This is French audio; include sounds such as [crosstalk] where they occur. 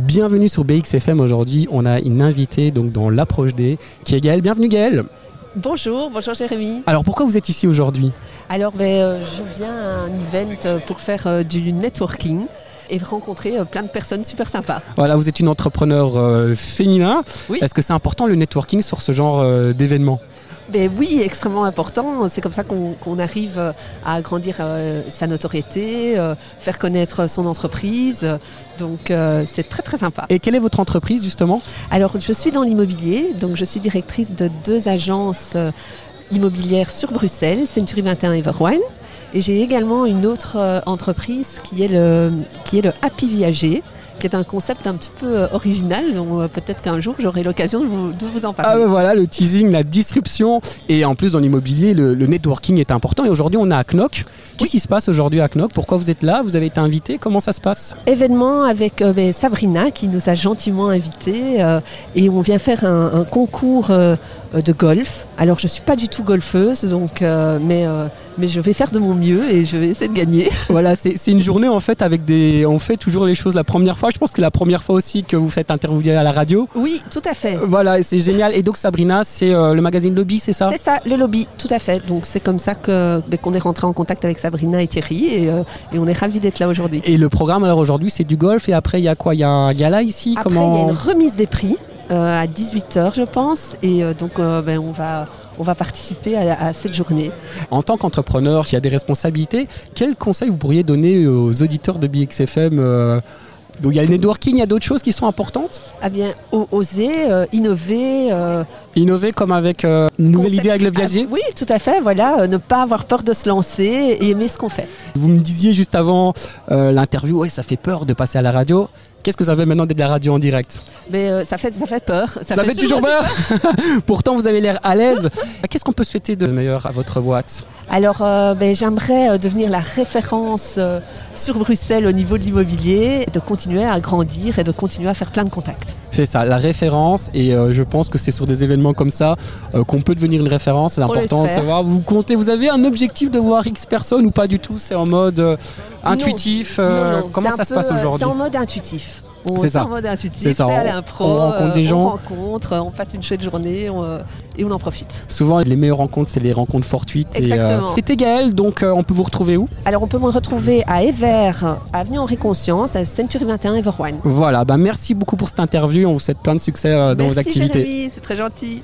Bienvenue sur BXFM aujourd'hui. On a une invitée donc dans l'approche D qui est Gaëlle. Bienvenue Gaëlle. Bonjour, bonjour Jérémy. Alors pourquoi vous êtes ici aujourd'hui Alors ben, euh, je viens à un event pour faire euh, du networking et rencontrer euh, plein de personnes super sympas. Voilà, vous êtes une entrepreneur euh, féminin. Oui. Est-ce que c'est important le networking sur ce genre euh, d'événement Ben oui, extrêmement important. C'est comme ça qu'on qu'on arrive euh, à agrandir euh, sa notoriété, euh, faire connaître son entreprise. Donc euh, c'est très très sympa. Et quelle est votre entreprise justement Alors je suis dans l'immobilier, donc je suis directrice de deux agences euh, immobilières sur Bruxelles, Century 21 Everone. Et j'ai également une autre euh, entreprise qui est le, qui est le Happy Viager, qui est un concept un petit peu euh, original. dont, euh, peut-être qu'un jour j'aurai l'occasion de vous, de vous en Ah parler. ben voilà, le teasing, la description. Et en plus dans l'immobilier, le, le networking est important. Et aujourd'hui on a à Knock. Qu'est-ce qui se passe aujourd'hui à Knock Pourquoi vous êtes là Vous avez été invité Comment ça se passe événement avec euh, ben, Sabrina qui nous a gentiment invités euh, et on vient faire un, un concours euh, euh, de golf. Alors je suis pas du tout golfeuse donc euh, mais euh, mais je vais faire de mon mieux et je vais essayer de gagner. Voilà, c'est c'est une journée en fait avec des... On fait toujours les choses la première fois. Je pense que la première fois aussi que vous faites interviewer à la radio. Oui, tout à fait. Voilà, et c'est génial. Et donc Sabrina, c'est euh, le magazine Lobby, c'est ça C'est ça, le lobby, tout à fait. Donc c'est comme ça que ben, qu'on est rentré en contact avec Sabrina et Thierry et, euh, et on est ravis d'être là aujourd'hui. Et le programme, alors aujourd'hui, c'est du golf. Et après, il y a quoi Il y a un gala ici Après, il y a une remise des prix euh, à 18h, je pense. Et euh, donc, euh, ben, on, va, on va participer à, à cette journée. En tant qu'entrepreneur qui a des responsabilités, quels conseils vous pourriez donner euh, aux auditeurs de BXFM euh, donc il y a le networking, il y a d'autres choses qui sont importantes. Ah bien, o- oser, euh, innover. euh, Innover comme avec euh, une nouvelle concept- idée avec le viager. Ah, oui, tout à fait. Voilà, euh, ne pas avoir peur de se lancer et aimer ce qu'on fait. Vous me disiez juste avant euh, l'interview, ouais, ça fait peur de passer à la radio. Qu'est-ce que ça fait maintenant d'être à la radio en direct Mais euh, ça fait, ça fait peur. Ça, fait, toujours peur [laughs] Pourtant, vous avez l'air à l'aise. Qu'est-ce qu'on peut souhaiter de meilleur à votre boîte Alors, euh, ben, j'aimerais euh, devenir la référence euh, sur Bruxelles au niveau de l'immobilier, et de continuer à grandir et de continuer à faire plein de contacts. C'est ça, la référence. Et euh, je pense que c'est sur des événements comme ça euh, qu'on peut devenir une référence. C'est On important de l'espère. savoir. Vous comptez, vous avez un objectif de voir X personnes ou pas du tout C'est en mode euh, Non. intuitif. euh, Non, non, comment c'est ça un se passe peu, euh, aujourd'hui C'est en mode intuitif. On- C'est C'est ça. en mode intuitif, C'est c'est ça. à On- l'impro, on rencontre des euh, gens. on rencontre, euh, on passe une chouette journée on, euh, et on en profite. Souvent, les meilleures rencontres, c'est les rencontres fortuites. et, euh, Exactement. C'était Gaël, donc euh, on peut vous retrouver où Alors on peut me retrouver à Evers, avenue Henri Conscience, à Century 21 Everone. Voilà, bah, merci beaucoup pour cette interview. On vous souhaite plein de succès euh, dans vos Merci activités. Jérémy, c'est très gentil.